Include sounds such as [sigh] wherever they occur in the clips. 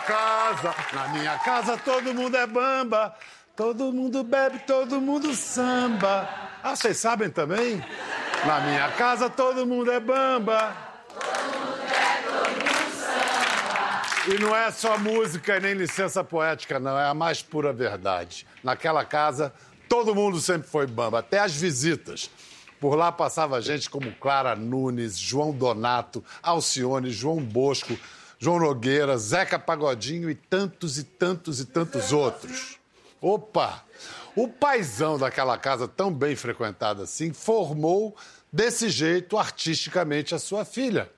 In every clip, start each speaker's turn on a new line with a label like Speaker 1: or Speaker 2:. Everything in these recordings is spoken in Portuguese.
Speaker 1: casa, na minha casa todo mundo é bamba. Todo mundo bebe, todo mundo samba. Ah, vocês sabem também? Na minha casa todo mundo é bamba. E não é só música e nem licença poética, não. É a mais pura verdade. Naquela casa, todo mundo sempre foi bamba, até as visitas. Por lá passava gente como Clara Nunes, João Donato, Alcione, João Bosco, João Nogueira, Zeca Pagodinho e tantos e tantos e tantos outros. Opa! O paizão daquela casa tão bem frequentada assim formou desse jeito artisticamente a sua filha.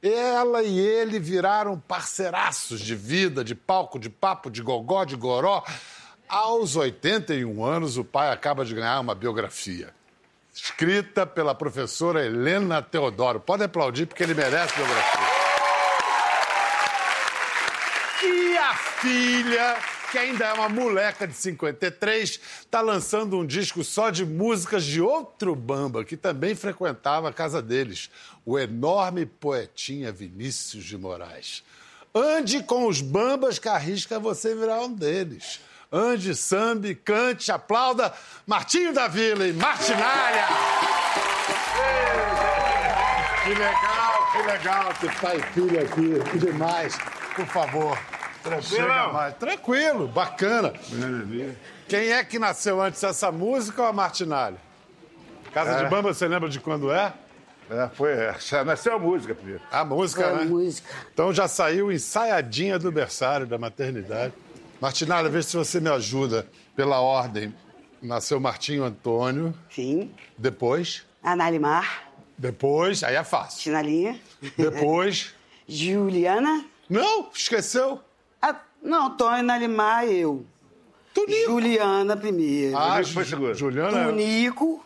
Speaker 1: Ela e ele viraram parceiraços de vida, de palco, de papo, de gogó, de goró. Aos 81 anos, o pai acaba de ganhar uma biografia. Escrita pela professora Helena Teodoro. Pode aplaudir, porque ele merece a biografia. E a filha, que ainda é uma moleca de 53, está lançando um disco só de músicas de outro bamba que também frequentava a casa deles, o enorme poetinha Vinícius de Moraes. Ande com os bambas que arrisca você virar um deles. Ande, sambe, cante, aplauda Martinho da Vila e Martinalha! Que legal, que legal ter pai e filho aqui. Que demais. Por favor, chega mais. Tranquilo, bacana. Quem é que nasceu antes essa música ou a Martinalha? Casa de
Speaker 2: É.
Speaker 1: Bamba, você lembra de quando é?
Speaker 2: É, foi essa. Nasceu a música primeiro.
Speaker 1: A música,
Speaker 3: Foi a
Speaker 1: né?
Speaker 3: música.
Speaker 1: Então já saiu ensaiadinha do berçário da maternidade. Martinalha, vê se você me ajuda pela ordem. Nasceu Martinho Antônio,
Speaker 3: Sim.
Speaker 1: depois,
Speaker 3: Analimar,
Speaker 1: depois, aí é
Speaker 3: [laughs]
Speaker 1: fácil.
Speaker 3: Tinalinha,
Speaker 1: Depois.
Speaker 3: Juliana.
Speaker 1: Não, esqueceu?
Speaker 3: Ah, não, Tonho, Analimar, eu.
Speaker 1: Tunico.
Speaker 3: Juliana primeiro.
Speaker 1: Ah,
Speaker 2: Tunico foi
Speaker 1: Ju-
Speaker 2: seguro.
Speaker 1: Juliana.
Speaker 3: Tunico,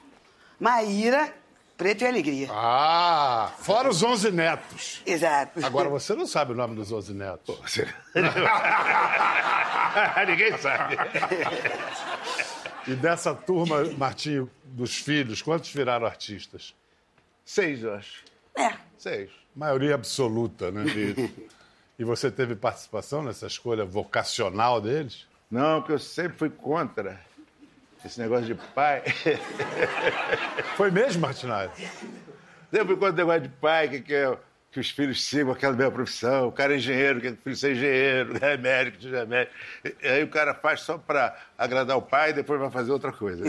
Speaker 3: Maíra, Preto e Alegria.
Speaker 1: Ah, fora os 11 netos.
Speaker 3: Exato.
Speaker 1: Ah.
Speaker 3: [laughs]
Speaker 1: Agora você não sabe o nome dos 11 netos.
Speaker 2: [laughs] Ninguém sabe.
Speaker 1: E dessa turma, Martinho, dos filhos, quantos viraram artistas?
Speaker 2: Seis, eu acho.
Speaker 3: É.
Speaker 2: Seis.
Speaker 1: Maioria absoluta, né? E, e você teve participação nessa escolha vocacional deles?
Speaker 2: Não, porque eu sempre fui contra esse negócio de pai. [laughs]
Speaker 1: Foi mesmo, Martinalha?
Speaker 2: Sempre fui contra o negócio de pai, que, que, é- que os filhos sigam aquela mesma profissão. O cara é engenheiro, quer que o filho seja engenheiro, [laughs] o cara é médico, seja médico. E, aí o cara faz só pra agradar o pai e depois vai fazer outra coisa.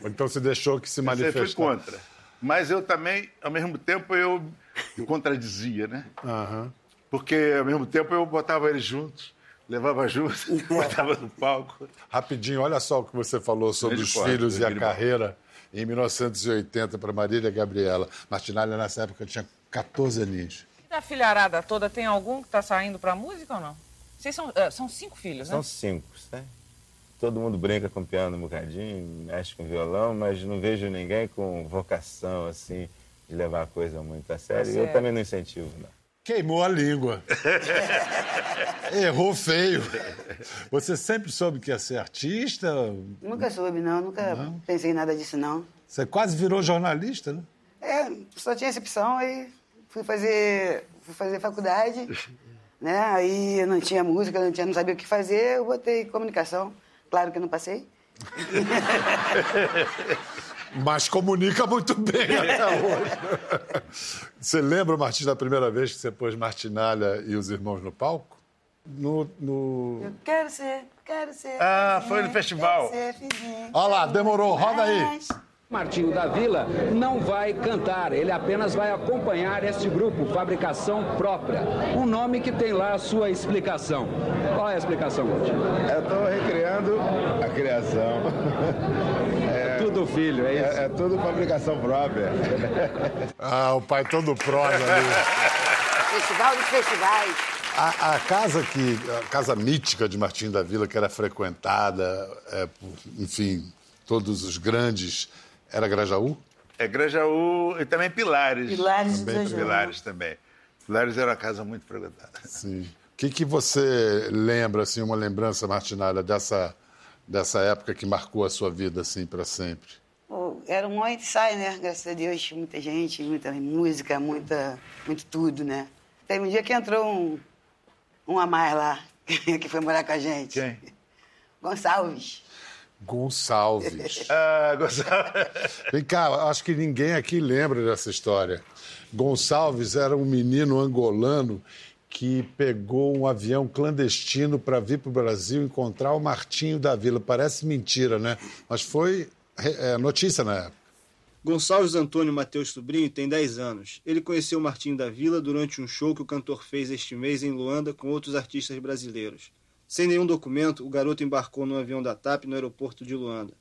Speaker 1: Ou então você deixou que se
Speaker 2: Você foi
Speaker 1: manifestasse?
Speaker 2: contra. Mas eu também, ao mesmo tempo, eu me contradizia, né?
Speaker 1: Aham.
Speaker 2: Porque, ao mesmo tempo, eu botava eles juntos, levava juntos, [laughs] botava no palco.
Speaker 1: Rapidinho, olha só o que você falou sobre
Speaker 2: Vejo
Speaker 1: os
Speaker 2: quatro,
Speaker 1: filhos e a
Speaker 2: Emílio Barros.
Speaker 1: carreira em 1980 para Marília Gabriela. Martinalha, nessa época, tinha 14 aninhos.
Speaker 4: Da filharada toda, tem algum que tá saindo pra música ou não? Vocês são, eh, são cinco filhos, né?
Speaker 5: São cinco, né? Todo mundo brinca com piano um bocadinho, mexe com violão, mas não vejo ninguém com vocação, assim, de levar a coisa muito a sério. E eu
Speaker 4: Tá certo.
Speaker 5: também não incentivo, não.
Speaker 1: Queimou a língua. Errou feio. Você sempre soube que ia ser artista?
Speaker 3: Nunca soube, não. Nunca pensei em nada disso, não.
Speaker 1: Você quase virou jornalista, né?
Speaker 3: É, só tinha essa opção, aí fui fazer, fui fazer faculdade, né? Aí eu não tinha música, não, tinha, não sabia o que fazer, eu botei comunicação. Claro que eu não passei.
Speaker 1: Mas comunica muito bem até hoje. Você lembra, Martins, da primeira vez que você pôs Martinalha e os irmãos no palco? No. no...
Speaker 3: Eu quero ser, quero ser.
Speaker 2: Ah, foi no festival.
Speaker 3: Quero ser, filhinho.
Speaker 1: Olha lá, demorou, roda aí.
Speaker 3: Mas-
Speaker 6: Martinho da Vila não vai cantar, ele apenas vai acompanhar este grupo, Fabricação Própria. Um nome que tem lá a sua explicação. Qual é a explicação, Coutinho?
Speaker 2: Eu estou recriando a criação.
Speaker 6: Tudo filho, é isso.
Speaker 2: tudo fabricação própria.
Speaker 1: Ah, o pai todo prosa ali.
Speaker 3: Festival dos festivais.
Speaker 1: A, a casa que. A casa mítica de Martim da Vila, que era frequentada, é, por, enfim, todos os grandes, era Grajaú?
Speaker 2: É Grajaú e também Pilares.
Speaker 3: Pilares do
Speaker 2: Pilares,
Speaker 3: João.
Speaker 2: também. Pilares era uma casa muito frequentada.
Speaker 1: Sim. O que, que você lembra, assim, uma lembrança, Martinalha, dessa, dessa época que marcou a sua vida, assim, para sempre?
Speaker 3: Pô, Era um monte e sai, né? Graças a Deus, muita gente, muita música, muita, muito tudo, né? Teve um dia que entrou um, um a mais lá, [laughs] que foi morar com a gente.
Speaker 2: Quem?
Speaker 3: Gonçalves.
Speaker 1: Gonçalves.
Speaker 2: Ah, Gonçalo. [laughs]
Speaker 1: Vem cá, acho que ninguém aqui lembra dessa história. Gonçalves era um menino angolano que pegou um avião clandestino para vir para o Brasil encontrar o Martinho da Vila. Parece mentira, né? Mas foi é, notícia na época.
Speaker 7: Gonçalves Antônio Mateus Sobrinho tem 10 anos. Ele conheceu Martinho da Vila durante um show que o cantor fez este mês em Luanda com outros artistas brasileiros. Sem nenhum documento, o garoto embarcou num avião da TAP no aeroporto de Luanda.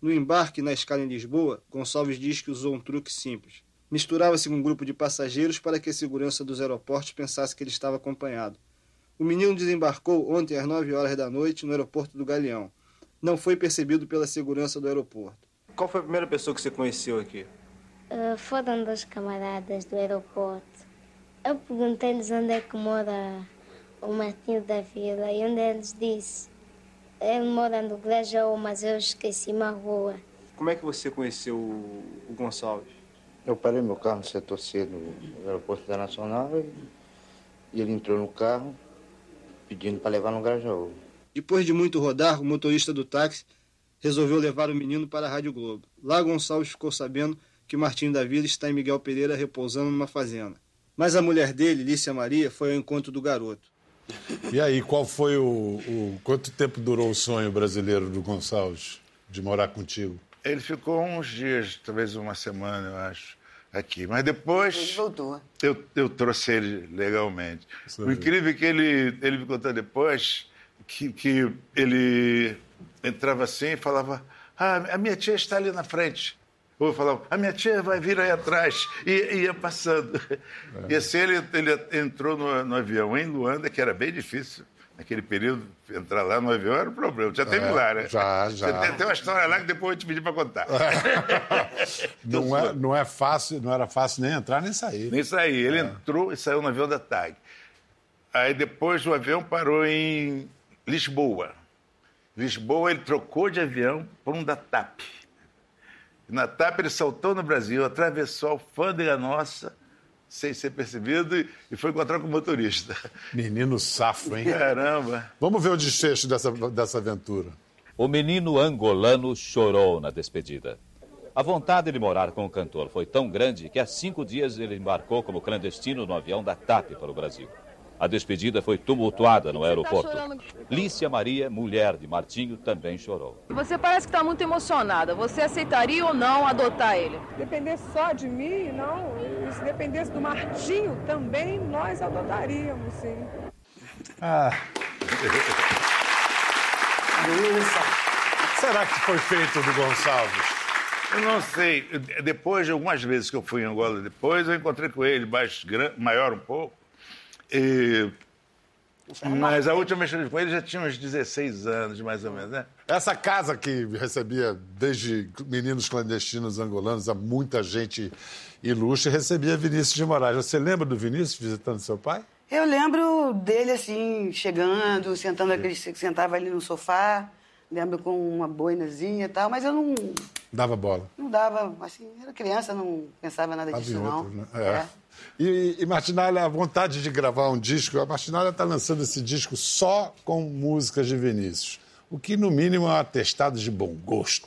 Speaker 7: No embarque na escala em Lisboa, Gonçalves diz que usou um truque simples. Misturava-se com um grupo de passageiros para que a segurança dos aeroportos pensasse que ele estava acompanhado. O menino desembarcou ontem às 9 horas da noite no aeroporto do Galeão. Não foi percebido pela segurança do aeroporto. Qual foi a primeira pessoa que você conheceu aqui?
Speaker 8: Ah, foram dois camaradas do aeroporto. Eu perguntei-lhes onde é que mora o Martinho da Vila e um deles disse: ele mora no Grajaú, mas eu esqueci uma rua.
Speaker 7: Como é que você conheceu o, o Gonçalves?
Speaker 9: Eu parei meu carro no setor C do aeroporto internacional e, e ele entrou no carro pedindo para levar no Grajaú.
Speaker 7: Depois de muito rodar, o motorista do táxi resolveu levar o menino para a Rádio Globo. Lá, Gonçalves ficou sabendo que Martinho da Vila está em Miguel Pereira repousando numa fazenda. Mas a mulher dele, Lícia Maria, foi ao encontro do garoto.
Speaker 1: E aí, qual foi o, o- Quanto tempo durou o sonho brasileiro do Gonçalves de morar contigo?
Speaker 2: Ele ficou uns dias, talvez uma semana, eu acho, aqui. Mas
Speaker 3: Ele
Speaker 2: depois
Speaker 3: voltou.
Speaker 2: eu, eu trouxe ele legalmente.
Speaker 1: Isso
Speaker 2: O
Speaker 1: aí.
Speaker 2: incrível é que ele, ele me contou depois que, que ele entrava assim e falava: Ah, a minha tia está ali na frente. Ou eu falava, a minha tia vai vir aí atrás. E e ia passando.
Speaker 1: É.
Speaker 2: E assim ele, ele entrou no, no avião em Luanda, que era bem difícil. Naquele período, entrar lá no avião era um problema. Já teve
Speaker 1: É,
Speaker 2: lá, né?
Speaker 1: já, já.
Speaker 2: Tem, tem uma história lá que depois eu te pedi para contar. [laughs]
Speaker 1: Não é, não é fácil, não era fácil nem entrar nem sair.
Speaker 2: Nem saí. Ele entrou e saiu no avião da TAG. Aí depois o avião parou em Lisboa. Lisboa ele trocou de avião por um da TAP. Na TAP ele saltou no Brasil, atravessou a alfândega nossa, sem ser percebido, e- e foi encontrar com o motorista.
Speaker 1: Menino safo, hein?
Speaker 2: Caramba!
Speaker 1: Vamos ver o desfecho dessa, dessa aventura.
Speaker 10: O menino angolano chorou na despedida. A vontade de morar com o cantor foi tão grande que há cinco dias ele embarcou como clandestino no avião da TAP para o Brasil. A despedida foi tumultuada
Speaker 8: tá
Speaker 10: no
Speaker 11: Tá
Speaker 10: aeroporto. Lícia Maria, mulher de Martinho, também chorou.
Speaker 11: Você parece que está muito emocionada. Você aceitaria ou não adotar ele?
Speaker 8: Dependesse só de mim, não. Se dependesse do Martinho também, nós adotaríamos, sim.
Speaker 1: Será que foi feito do Gonçalves?
Speaker 2: Eu não sei. Depois de algumas vezes que eu fui em Angola, depois eu encontrei com ele, mais gran- maior um pouco. E- Mas a última vez que eu fui com ele já tinha uns 16 anos, mais ou menos, né?
Speaker 1: Essa casa que recebia desde meninos clandestinos angolanos a muita gente ilustre, recebia Vinícius de Moraes. Você lembra do Vinícius visitando seu pai?
Speaker 3: Eu lembro dele assim, chegando, sentando aquele que sentava ali no sofá, lembro com uma boinazinha e tal, mas eu não,
Speaker 1: Dava bola.
Speaker 3: não dava, assim, era criança, não pensava nada
Speaker 1: Tava em
Speaker 3: disso, não.
Speaker 1: outro, né? É. E, e Martinalha, a vontade de gravar um disco, a Martinalha está lançando esse disco só com músicas de Vinícius, o que no mínimo é um atestado de bom gosto,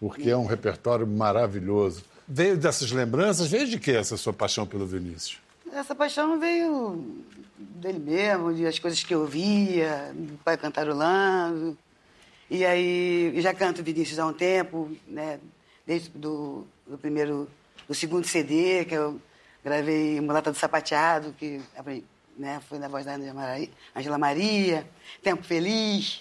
Speaker 1: porque é um repertório maravilhoso. Veio dessas lembranças, veio de que essa sua paixão pelo Vinícius?
Speaker 3: É. Essa paixão veio dele mesmo, de as coisas que eu ouvia, meu pai cantarolando. E aí, eu já canto Vinícius há um tempo, né? Desde do, do primeiro, do segundo CD, que eu gravei Mulata do Sapateado, que abri- né, foi na voz da Ângela Mari- Ângela Maria, Tempo Feliz.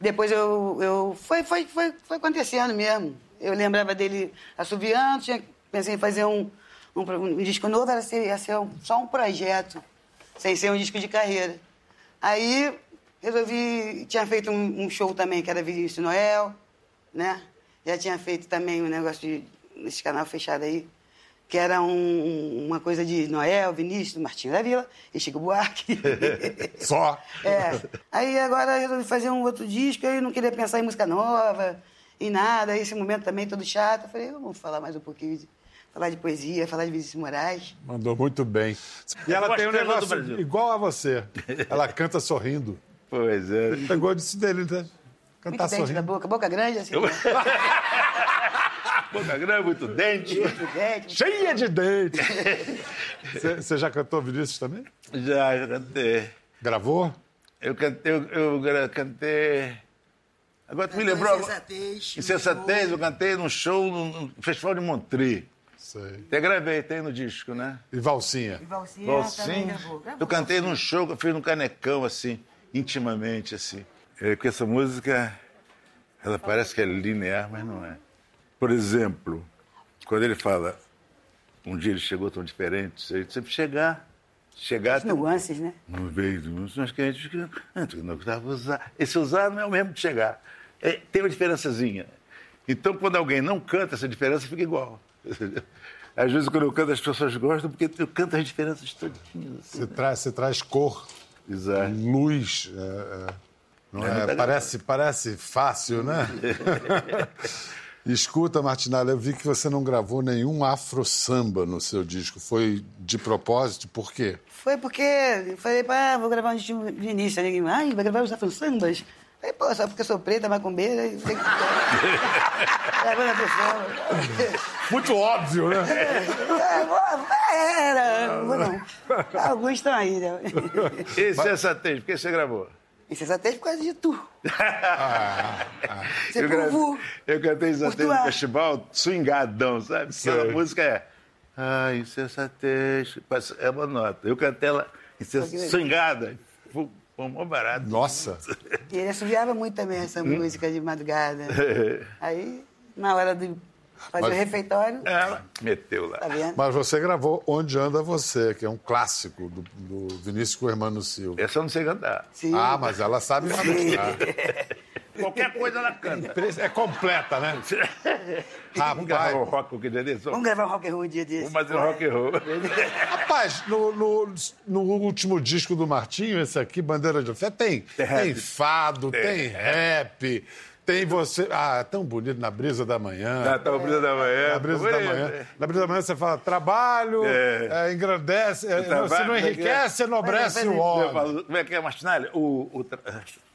Speaker 3: Depois eu, eu foi, foi, foi, foi acontecendo mesmo. Eu lembrava dele assoviando, tinha, pensei em fazer um, um, pro- um disco novo, era ser, ia ser um- só um projeto, sem ser um disco de carreira. Aí resolvi, tinha feito um, um show também, que era Vinícius Noel, né? Já tinha feito também um negócio de, nesse canal fechado aí, que era um- um- uma coisa de Noel, Vinícius, Martinho da Vila e Chico Buarque.
Speaker 1: Só?
Speaker 3: É. Aí agora eu resolvi fazer um outro disco, eu não queria pensar em música nova, em nada. Esse momento também todo chato. Eu falei, vamos falar mais um pouquinho de. Falar de poesia, falar de Vinícius Moraes.
Speaker 1: Tá Mandou muito bem. E
Speaker 2: Eu
Speaker 1: ela
Speaker 2: gosto
Speaker 1: tem um
Speaker 2: dela do
Speaker 1: negócio
Speaker 2: Brasil.
Speaker 1: [laughs] igual a você. Ela canta sorrindo.
Speaker 2: Pois é.
Speaker 1: Pegou disso dele, né?
Speaker 3: Muito dente da boca, boca grande assim. né?
Speaker 2: Boca grande, muito dente.
Speaker 1: Cheia de dente. Você você já cantou Vinícius também?
Speaker 2: Já, já cantei.
Speaker 1: Gravou?
Speaker 2: Eu cantei, eu, eu gra- cantei. Agora tu me
Speaker 3: Cantou
Speaker 2: lembrou.
Speaker 3: Insensatez,
Speaker 2: Insensatez, eu cantei num show no no Festival de Montri.
Speaker 1: Sei.
Speaker 2: Até gravei, tem no disco, né?
Speaker 1: E Valsinha?
Speaker 3: E Valsinha também
Speaker 2: Valsinha.
Speaker 3: gravou. Gravou
Speaker 2: Eu cantei num show que eu fiz no Canecão, assim, intimamente, assim. É, porque essa música, ela parece que é linear, mas não é. Por exemplo, quando ele fala, um dia ele chegou tão diferente, ele sempre chegar. Chegar.
Speaker 3: As nuances, né?
Speaker 2: Não veio de uns, mas que a gente que- antes não gostava usar. Esse usar não é o mesmo de chegar. É, tem uma diferençazinha. Então, quando alguém não canta, essa diferença fica igual. [laughs] Às vezes, quando eu canto, as pessoas gostam, porque eu canto as diferenças todinhas. assim.
Speaker 1: Você traz, você traz cor, luz. é, é. Não
Speaker 2: É,
Speaker 1: é?
Speaker 2: não tá-
Speaker 1: parece, parece fácil, [laughs] né? Escuta, Martinalha, eu vi que você não gravou nenhum afro-samba no seu disco. Foi de propósito, por quê?
Speaker 3: Foi porque eu falei, pá, vou gravar um disco de início. Aí ninguém, ai, vai gravar os afro-sambas? Falei, pô, só porque eu sou preta, macumbeira, e tem que é. [laughs] Gravando a [laughs] pessoa.
Speaker 1: Muito óbvio, né?
Speaker 3: É, vou- é, era, não vou não. Alguns estão aí, né? [laughs]
Speaker 2: Insensatez, é por que você gravou?
Speaker 3: Insensatez por causa de tu. Você
Speaker 1: Ah,
Speaker 2: eu, gravei-
Speaker 3: provou.
Speaker 2: eu cantei Insensatez
Speaker 3: Por
Speaker 2: no
Speaker 3: tua-
Speaker 2: festival swingadão, sabe? Aquela
Speaker 1: Sei.
Speaker 2: música é. Ah, insensatez. Passa- É uma nota. Eu cantei ela
Speaker 3: Porque-
Speaker 2: insens... swingada. Foi foi mó barato.
Speaker 1: Nossa!
Speaker 3: E ele assoviava muito também essa
Speaker 1: Hum?
Speaker 3: música
Speaker 1: [laughs]
Speaker 3: de madrugada. Aí, na hora de fazer
Speaker 1: Mas-
Speaker 3: o refeitório,
Speaker 2: Ela meteu lá.
Speaker 3: tá vendo?
Speaker 1: Mas você gravou Onde Anda Você, que é um clássico do, do Vinícius com o Hermano Silva.
Speaker 2: Essa eu não sei cantar.
Speaker 3: Sim.
Speaker 1: Ah, mas ela sabe cantar.
Speaker 2: Qualquer coisa ela
Speaker 1: [laughs]
Speaker 2: canta.
Speaker 1: É completa, né?
Speaker 2: Vamos gravar um
Speaker 1: Rapaz,
Speaker 2: rock com que delícia.
Speaker 3: Vamos
Speaker 2: Vamos
Speaker 3: gravar um rock and roll um dia desse.
Speaker 2: fazer um rock and
Speaker 3: [laughs]
Speaker 2: roll.
Speaker 1: rapaz no, no- no último disco do Martinho, esse aqui, Bandeira de Fé, tem, tem
Speaker 2: rap.
Speaker 1: fado, tem rap, tem você... Ah, é tão bonito, Na Brisa da Manhã.
Speaker 2: Ah, tá o brisa da manhã.
Speaker 1: Na brisa da
Speaker 2: Bonito,
Speaker 1: manhã.
Speaker 2: né?
Speaker 1: Na brisa da manhã você fala trabalho,
Speaker 2: É.
Speaker 1: eh, engrandece, eh,
Speaker 2: trabalho,
Speaker 1: você não
Speaker 2: né, que-
Speaker 1: enriquece, enobrece o
Speaker 2: Eu
Speaker 1: homem. Ah,
Speaker 2: falo, Como é que é, Martinalha? O, o tra-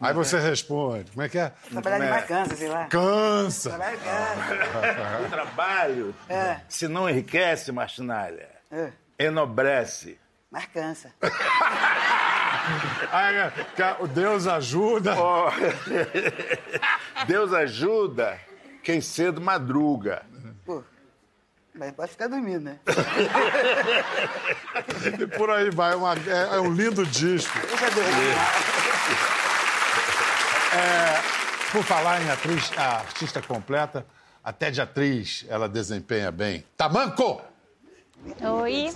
Speaker 1: Aí você responde, como é que é?
Speaker 3: Trabalhar de
Speaker 2: Como é?
Speaker 3: macança, sei lá.
Speaker 1: Cansa.
Speaker 3: Trabalhar de cansa.
Speaker 1: tá.
Speaker 2: [laughs] o trabalho,
Speaker 3: É.
Speaker 2: se não enriquece, Martinalha,
Speaker 3: É.
Speaker 2: enobrece.
Speaker 3: Marcança.
Speaker 1: Aí, eh, que- Deus ajuda.
Speaker 2: Ó, [laughs] Deus ajuda quem cedo madruga.
Speaker 3: Pô, mas pode ficar dormindo, né?
Speaker 1: E por aí vai. uma- é, é um lindo disco.
Speaker 3: Deixa dormir.
Speaker 1: É, Por falar em atriz, a artista completa, até de atriz ela desempenha bem. Tamanco!
Speaker 3: Tá
Speaker 12: Oi.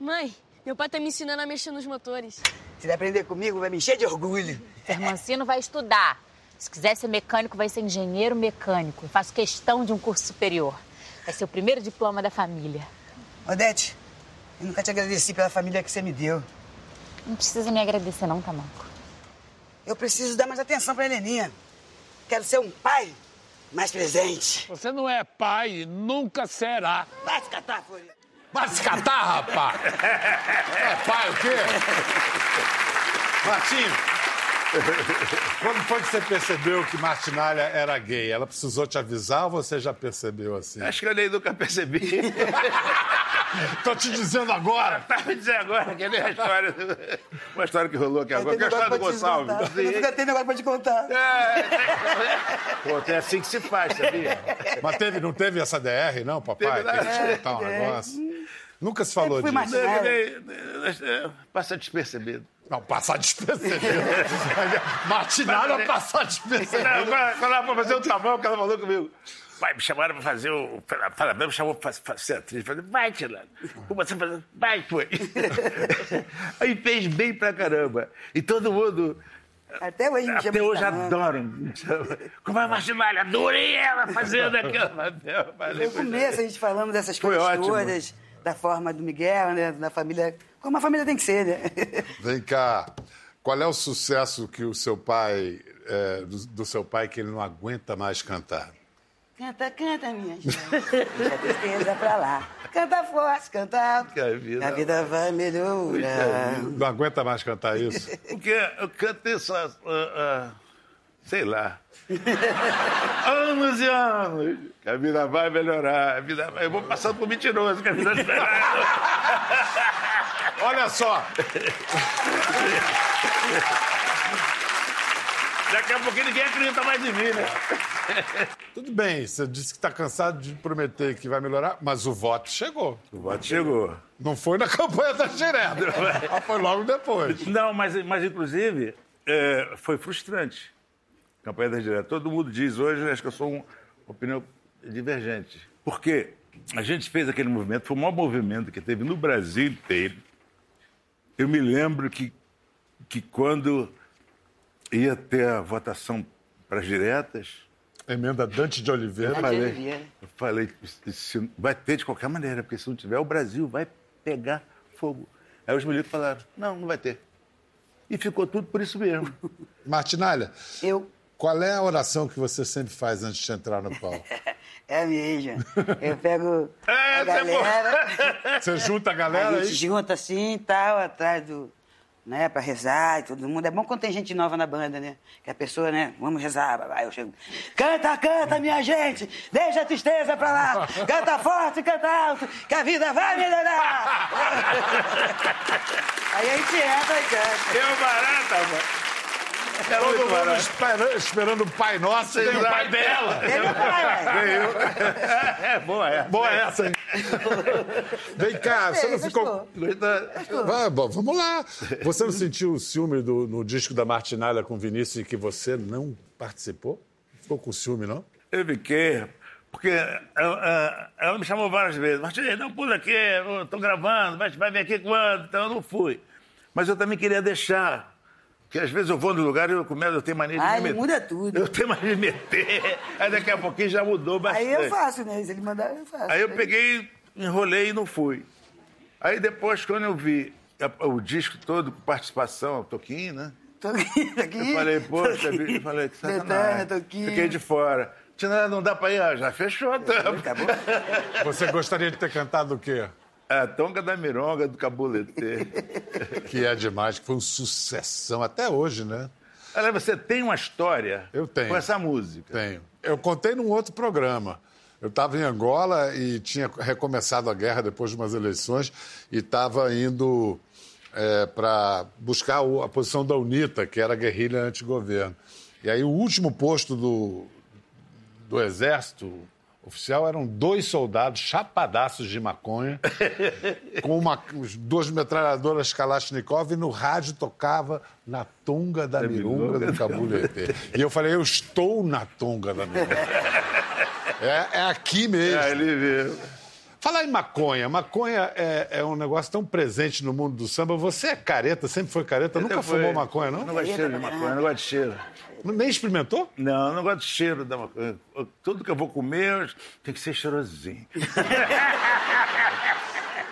Speaker 12: Mãe, meu pai tá me ensinando a mexer nos motores.
Speaker 3: Se ele aprender comigo, vai me encher de orgulho.
Speaker 13: Fermancino vai estudar. Se quiser ser mecânico, vai ser engenheiro mecânico. Eu faço questão de um curso superior. Vai ser o primeiro diploma da família.
Speaker 3: Odete, eu nunca te agradeci pela família que você me deu.
Speaker 13: Não precisa me agradecer, não, tá, Tamanco.
Speaker 3: Eu preciso dar mais atenção pra Heleninha. Quero ser um pai mais presente.
Speaker 14: Você não é pai, e nunca será.
Speaker 3: Vai se catar, Florinda.
Speaker 1: Vai se catar, rapaz! É pai, o quê? Martinho, quando foi que você percebeu que Martinalha era gay? Ela precisou te avisar ou você já percebeu assim?
Speaker 2: Acho que eu nem nunca [laughs] percebi.
Speaker 1: Tô te dizendo agora!
Speaker 2: Tava dizendo agora que nem a história. Uma história que rolou aqui agora, que é a história do Gonçalves. Assim,
Speaker 3: Não tem negócio pra te contar.
Speaker 2: É. [laughs] Pô, é assim que se faz, sabia?
Speaker 1: Mas teve, não teve essa DR, não, papai?
Speaker 2: Teve,
Speaker 1: Tem que te
Speaker 2: né?
Speaker 1: contar um negócio. Nunca se falou
Speaker 3: Fui
Speaker 1: disso.
Speaker 2: [laughs] Não,
Speaker 3: marginal.
Speaker 2: que nem- é, Passa despercebido.
Speaker 1: Não, passar
Speaker 2: [laughs]
Speaker 1: despercebido. Martinalha é passar despercebido.
Speaker 2: Não, Quando quando ela foi fazer o tamanho, que ela falou comigo. Vai, me chamaram pra fazer o. Parabéns, me chamou pra pra ser atriz. Eu Falei, vai, Tilano. Você fazendo, vai, foi. [laughs] Aí fez bem pra caramba. E todo mundo.
Speaker 3: Até hoje me chama
Speaker 2: Até
Speaker 3: de
Speaker 2: hoje
Speaker 3: Tamanco.
Speaker 2: adoram. Como a Martinalha, adorei ela fazendo aquele papel. Falei,
Speaker 3: No começo a gente falando dessas
Speaker 2: né? Foi
Speaker 3: coisas
Speaker 2: ótimo.
Speaker 3: todas, da forma do Miguel, né? Da família. Como a família tem que ser, né?
Speaker 1: Vem cá. Qual é o sucesso que o seu pai. é, do, do seu pai que ele não aguenta mais cantar?
Speaker 3: Canta, canta, minha gente. a tristeza pra lá. Canta forte, canta alto.
Speaker 2: Que a vida,
Speaker 3: A vida vai melhorar.
Speaker 1: Não aguenta mais cantar [laughs] isso.
Speaker 2: Porque eu cantei essa. ah, ah, sei lá. anos e anos. Que a vida vai melhorar. A vida vai... Eu vou passando por mentiroso. Que a vida vai
Speaker 1: Olha só.
Speaker 2: Daqui a pouquinho ninguém acredita mais em mim, né?
Speaker 1: Tudo bem, você disse que tá cansado de prometer que vai melhorar, mas o voto chegou.
Speaker 2: O voto chegou.
Speaker 1: Não foi na [laughs] campanha da direta. Mas foi logo depois.
Speaker 2: [laughs] Não, mas, mas inclusive, é, foi frustrante. Campanha das diretas. Todo mundo diz hoje, acho que eu sou um- uma opinião divergente. Porque a gente fez aquele movimento, foi o maior movimento que teve no Brasil inteiro. Eu me lembro que, que quando ia ter a votação para as diretas.
Speaker 1: Emenda Dante de Oliveira.
Speaker 2: Eu
Speaker 1: Dante de
Speaker 2: falei,
Speaker 1: Oliveira.
Speaker 2: eu falei se- vai ter de qualquer maneira, porque se não tiver, o Brasil vai pegar fogo. Aí os militares falaram, não, não vai ter. E ficou tudo por isso
Speaker 1: [laughs]
Speaker 2: mesmo.
Speaker 1: Martinalha,
Speaker 3: Eu.
Speaker 1: qual é a oração que você sempre faz antes de entrar no palco?
Speaker 3: É a mesma. Eu pego a
Speaker 1: essa [laughs] é boa.
Speaker 2: [laughs]
Speaker 3: galera.
Speaker 1: Você junta a galera
Speaker 3: A gente
Speaker 1: aí?
Speaker 3: junta assim e tal, atrás do. Né, pra rezar e todo mundo. É bom quando tem gente nova na banda, né? Que a pessoa, né? Vamos rezar, babá. Eu chego. Canta, canta, minha gente! Deixa a tristeza pra lá! Canta forte, canta alto, que a vida vai
Speaker 2: [laughs]
Speaker 3: melhorar! aí a gente entra e canta.
Speaker 2: Deu barata, mano.
Speaker 1: Todo mundo espera- esperando o Pai Nosso e o Pai dela.
Speaker 2: [laughs] É, boa essa.
Speaker 1: Boa essa, hein? [laughs] Vem cá, você não ficou. Vai, bom, vamos lá. Você não sentiu o ciúme do, no disco da Martinalha com Vinícius e que você não participou? Ficou com ciúme, não?
Speaker 2: Eu fiquei, porque ah, ah, ela me chamou várias vezes. Martinez, não pula aqui, eu tô gravando, vai, vai vir aqui quando? Então eu não fui. Mas eu também queria deixar. Porque às vezes eu vou no lugar e eu começo, eu tenho mania de
Speaker 3: Ah,
Speaker 2: me
Speaker 3: ele
Speaker 2: meter.
Speaker 3: muda tudo.
Speaker 2: Eu tenho mania de meter. Aí daqui a pouquinho já mudou bastante.
Speaker 3: Aí eu faço, né? Se ele mandar, eu faço.
Speaker 2: Aí eu peguei, enrolei e não fui. Aí depois, quando eu vi a- o disco todo com participação, Toquinho, né?
Speaker 3: Toquinho, Toquinho.
Speaker 2: Eu [laughs] falei, poxa, bicho, eu falei, que sacanagem.
Speaker 3: Betânia, Toquinho.
Speaker 2: Fiquei de fora. Tina, não dá pra ir? Ah, já fechou a tampa.
Speaker 1: Você gostaria de ter cantado o quê?
Speaker 2: É, A Tonga da Mironga, do Cabulete. [laughs]
Speaker 1: Que é demais, que foi um sucessão até hoje, né?
Speaker 2: Olha, você tem uma história
Speaker 1: Eu tenho.
Speaker 2: com essa música?
Speaker 1: Tenho. Eu contei num outro programa. Eu estava em Angola e tinha recomeçado a guerra depois de umas eleições e estava indo para buscar o- a posição da UNITA, que era a guerrilha antigoverno. E aí o último posto do, do exército oficial eram dois soldados chapadaços de maconha, com uma, duas metralhadoras Kalashnikov, e no rádio tocava na tonga da mirunga do Cabulete. E eu falei, eu estou na tonga da mirunga. É, é aqui mesmo. É,
Speaker 2: ele mesmo.
Speaker 1: Falar em maconha, maconha é, é um negócio tão presente no mundo do samba. Você é careta, sempre foi careta, nunca
Speaker 2: Foi.
Speaker 1: fumou maconha, não?
Speaker 2: Não gosto de cheiro de maconha, não gosto de cheiro.
Speaker 1: Nem experimentou?
Speaker 2: Não, não gosto de cheiro da maconha. Eu- Tudo que eu vou comer tem que ser cheirosinho.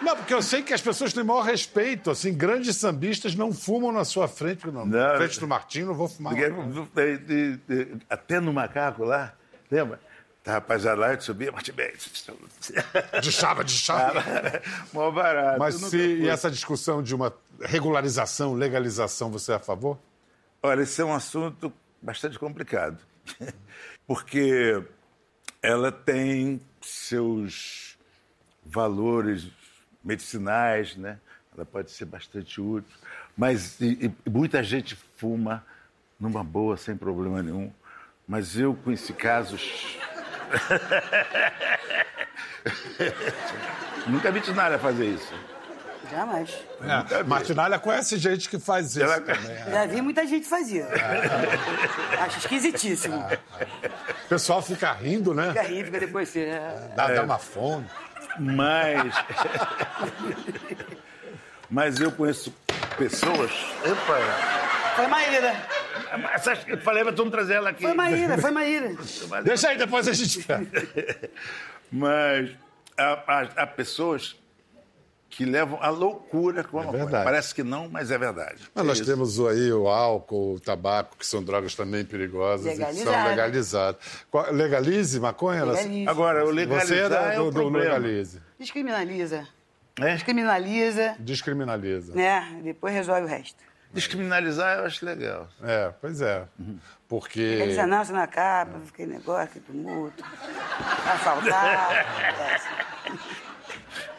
Speaker 1: Não, porque eu sei que as pessoas têm maior respeito, assim, grandes sambistas não fumam na sua frente, porque não. Na frente do Martinho, não vou fumar.
Speaker 2: Porque, eh, eh, eh, Até no macaco lá, lembra? Tá, rapaziada lá, eu subia, mas bem. [laughs]
Speaker 1: De chava, de
Speaker 2: Ah,
Speaker 1: chava.
Speaker 2: Mó barato.
Speaker 1: Mas
Speaker 2: eu nunca
Speaker 1: se e
Speaker 2: fui.
Speaker 1: essa discussão de uma regularização, legalização, você é a favor?
Speaker 2: Olha, esse é um assunto bastante complicado, [laughs] porque ela tem seus valores medicinais, né? Ela pode ser bastante útil, mas e- e muita gente fuma numa boa, sem problema nenhum. Mas eu conheci casos. [laughs] Nunca vi nada fazer isso.
Speaker 3: Jamais.
Speaker 1: É, Martinalha conhece gente que faz isso também. é.
Speaker 3: Já vi muita gente fazer. Acho esquisitíssimo.
Speaker 1: O pessoal fica rindo, né?
Speaker 3: Fica rindo, fica depois assim.
Speaker 15: né?
Speaker 3: é.
Speaker 1: Dá, dá uma fome.
Speaker 2: Mas. Mas eu conheço pessoas. Opa!
Speaker 3: Foi Maíra.
Speaker 2: Mas acho que eu falei pra tu não trazer ela aqui.
Speaker 3: Foi Maíra, foi Maíra.
Speaker 1: Deixa aí, depois a gente.
Speaker 2: Mas há, há- há pessoas que levam à loucura
Speaker 1: É
Speaker 2: com a maconha. Parece que não, mas é verdade.
Speaker 1: Mas nós temos aí o álcool, o tabaco, que são drogas também perigosas e que são
Speaker 2: Legalizado.
Speaker 1: legalizadas. Qual- Legalize maconha?
Speaker 15: Legalize.
Speaker 2: Agora, o legalizar
Speaker 1: Você era
Speaker 2: é
Speaker 1: do,
Speaker 2: o
Speaker 1: do
Speaker 2: problema.
Speaker 1: legalize.
Speaker 15: Descriminaliza. Descriminaliza,
Speaker 1: Descriminaliza.
Speaker 15: né? Depois resolve o resto.
Speaker 2: Descriminalizar eu acho legal.
Speaker 1: É, pois é. Porque.
Speaker 15: Legalizar "Ah, não, você não acaba, aquele negócio, aquele tumulto. É, Assaltar.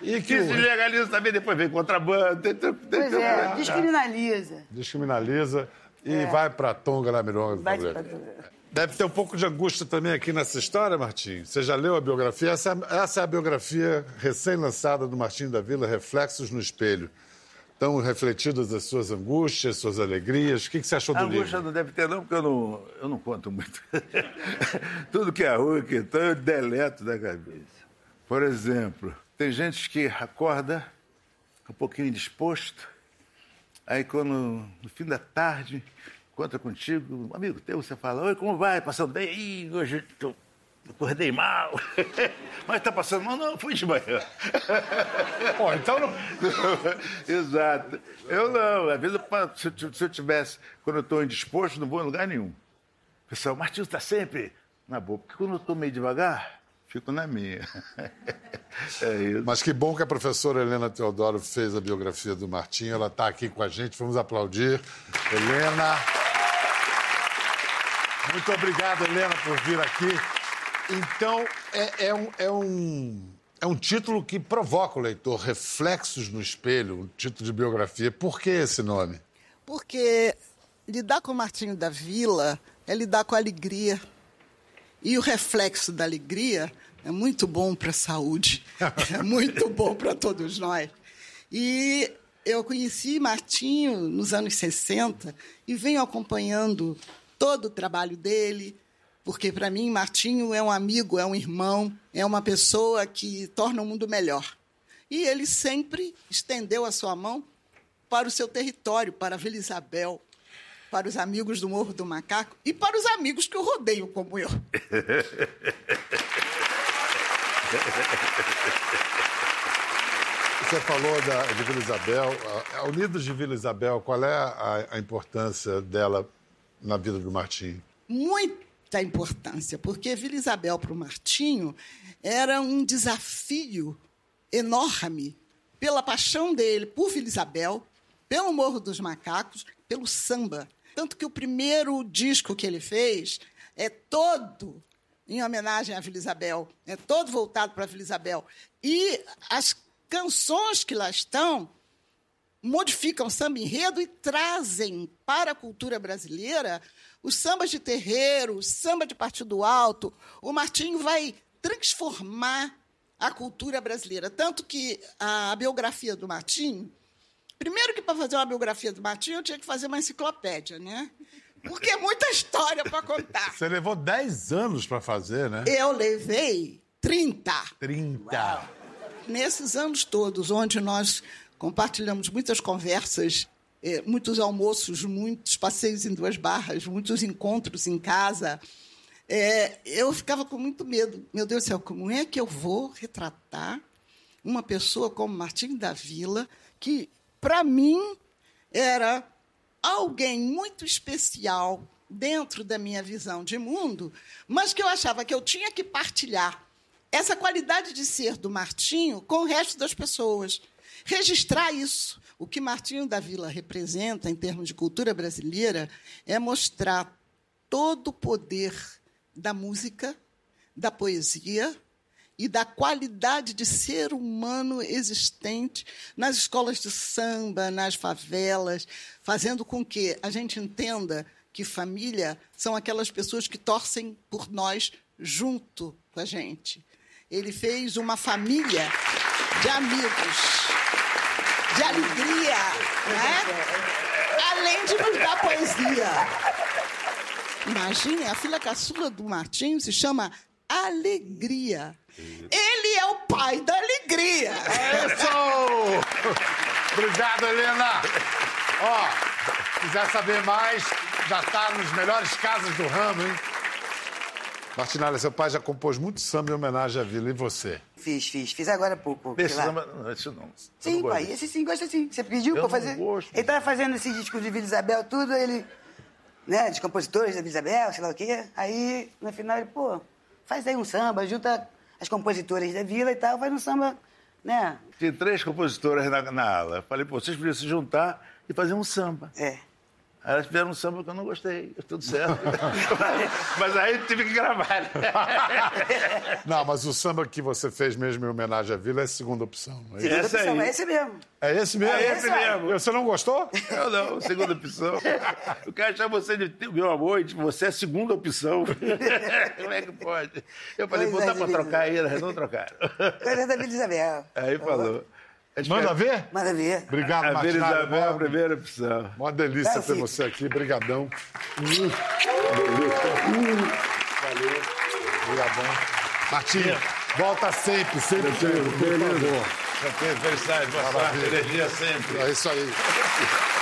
Speaker 1: E
Speaker 2: que se legaliza também, depois vem contrabando. tem- tem- tem-
Speaker 15: Pois é,
Speaker 1: Ah.
Speaker 15: descriminaliza.
Speaker 1: Descriminaliza e
Speaker 15: É.
Speaker 1: vai pra Tonga na Mironga.
Speaker 15: Vai
Speaker 1: problema. Deve ter um pouco de angústia também aqui nessa história, Martim. Você já leu a biografia? Essa, é- essa é a biografia recém-lançada do Martim da Vila, Reflexos no Espelho. Estão refletidas as suas angústias, suas alegrias. O que, que você achou do
Speaker 2: A angústia
Speaker 1: livro?
Speaker 2: não deve ter, não, porque eu não, eu não conto muito. [laughs] Tudo que é ruim, que então, eu deleto da cabeça. Por exemplo, tem gente que acorda um pouquinho indisposto, aí quando, no fim da tarde, encontra contigo, um amigo teu, você fala, oi, como vai? Passando bem? Ih, hoje eu acordei mal. [laughs] Mas tá passando mal? Não, fui de manhã. [laughs]
Speaker 1: Pô, então não...
Speaker 2: Exato. Eu não. Às vezes, eu pa- se eu ti- se eu tivesse, quando eu estou indisposto, não vou em lugar nenhum. O Pessoal, o Martins está sempre na boa. Porque quando eu estou meio devagar, fico na minha. [laughs] É,
Speaker 1: Mas que bom que a professora Helena Teodoro fez a biografia do Martim. Ela está aqui com a gente. Vamos aplaudir. Helena. Muito obrigado, Helena, por vir aqui. Então, é, é um, é, um, é um título que provoca o leitor, Reflexos no Espelho, um título de biografia. Por que esse nome?
Speaker 3: Porque lidar com o Martinho da Vila é lidar com a alegria. E o reflexo da alegria é muito bom para a saúde, é muito bom para todos nós. E eu conheci Martinho nos anos 60 e venho acompanhando todo o trabalho dele, porque para mim Martinho é um amigo, é um irmão, é uma pessoa que torna o mundo melhor. E ele sempre estendeu a sua mão para o seu território, para a Vila Isabel, para os amigos do Morro do Macaco e para os amigos que o rodeiam, como eu.
Speaker 1: Você falou da, de Vila Isabel. A, a Unidos de Vila Isabel, qual é a, a importância dela na vida do Martim?
Speaker 3: muita importância, porque Vila Isabel para o Martinho era um desafio enorme pela paixão dele por Vila Isabel, pelo Morro dos Macacos, pelo samba. Tanto que o primeiro disco que ele fez é todo em homenagem à Vila Isabel, é todo voltado para a Vila Isabel. E as canções que lá estão modificam o samba enredo e trazem para a cultura brasileira os sambas de terreiro, o samba de partido alto. O Martinho vai transformar a cultura brasileira. Tanto que a biografia do Martinho. Primeiro que para fazer uma biografia do Martinho eu tinha que fazer uma enciclopédia, né? Porque é muita história para contar.
Speaker 1: [laughs] Você levou 10 anos para fazer, né?
Speaker 3: Eu levei 30.
Speaker 1: 30.
Speaker 3: Nesses anos todos, onde nós compartilhamos muitas conversas, eh, muitos almoços, muitos passeios em duas barras, muitos encontros em casa, eh, eu ficava com muito medo. Meu Deus do céu, como é que eu vou retratar uma pessoa como Martim da Vila, que, para mim, era alguém muito especial dentro da minha visão de mundo, mas que eu achava que eu tinha que partilhar essa qualidade de ser do Martinho com o resto das pessoas. Registrar isso. O que Martinho da Vila representa em termos de cultura brasileira é mostrar todo o poder da música, da poesia e da qualidade de ser humano existente nas escolas de samba, nas favelas, fazendo com que a gente entenda que família são aquelas pessoas que torcem por nós junto com a gente. Ele fez uma família de amigos, de alegria, né? além de nos dar poesia. Imaginem, a filha caçula do Martinho se chama Alegria. Ele é o pai da alegria.
Speaker 1: É [laughs] Obrigado, Helena! Ó, quiser saber mais, já tá nos melhores casas [laughs] do ramo, hein? Martinalha, seu pai já compôs muito samba em homenagem à vila. E você?
Speaker 3: Fiz, fiz. Fiz agora há pouco. sei
Speaker 2: Desse
Speaker 3: lá.
Speaker 2: samba- não, esse não. Eu
Speaker 3: Sim,
Speaker 2: não gosto
Speaker 3: pai,
Speaker 2: desse.
Speaker 3: esse sim gosta sim. Você pediu
Speaker 2: Eu
Speaker 3: pra
Speaker 2: não
Speaker 3: fazer.
Speaker 2: gosto.
Speaker 3: Ele tava fazendo esse disco de Vila Isabel, tudo, ele. Né, de compositores da Vila Isabel, sei lá o quê. Aí, no final, ele, pô, faz aí um samba, junta as compositoras da vila e tal, faz um samba, né?
Speaker 2: Tinha três compositoras na, na ala. Eu Falei, pô, vocês podiam se juntar e fazer um samba.
Speaker 3: É.
Speaker 2: Aí elas fizeram um samba que eu não gostei. Tudo
Speaker 3: [laughs]
Speaker 2: certo. [laughs] mas, mas aí tive que gravar. né?
Speaker 1: Não, mas o samba que você fez mesmo em homenagem à Vila é a segunda opção. não
Speaker 3: [laughs] Segunda
Speaker 1: isso?
Speaker 3: opção, é esse mesmo.
Speaker 1: É esse mesmo?
Speaker 2: É esse mesmo.
Speaker 1: Você não gostou?
Speaker 2: Eu não, segunda opção. Eu quero achar você de meu amor, e de você é a segunda opção. [laughs] Como é que pode? Eu falei, pô,
Speaker 3: Pois é,
Speaker 2: dá pra
Speaker 3: Divino.
Speaker 2: trocar aí, elas não trocaram. [laughs]
Speaker 3: Coisa da Vila Isabel.
Speaker 2: Aí falou.
Speaker 1: Manda ver?
Speaker 3: Manda ver.
Speaker 1: É. Obrigado,
Speaker 2: A Vila
Speaker 1: Martinalho.
Speaker 2: Isabel é a primeira opção.
Speaker 1: Uma delícia
Speaker 2: Vai,
Speaker 1: ter
Speaker 2: Cid.
Speaker 1: você aqui. Brigadão. Valeu. Obrigadão. Martinho, volta sempre, sempre. sempre, por favor.
Speaker 2: Felicidade, boa sorte, energia sempre.
Speaker 1: É isso aí.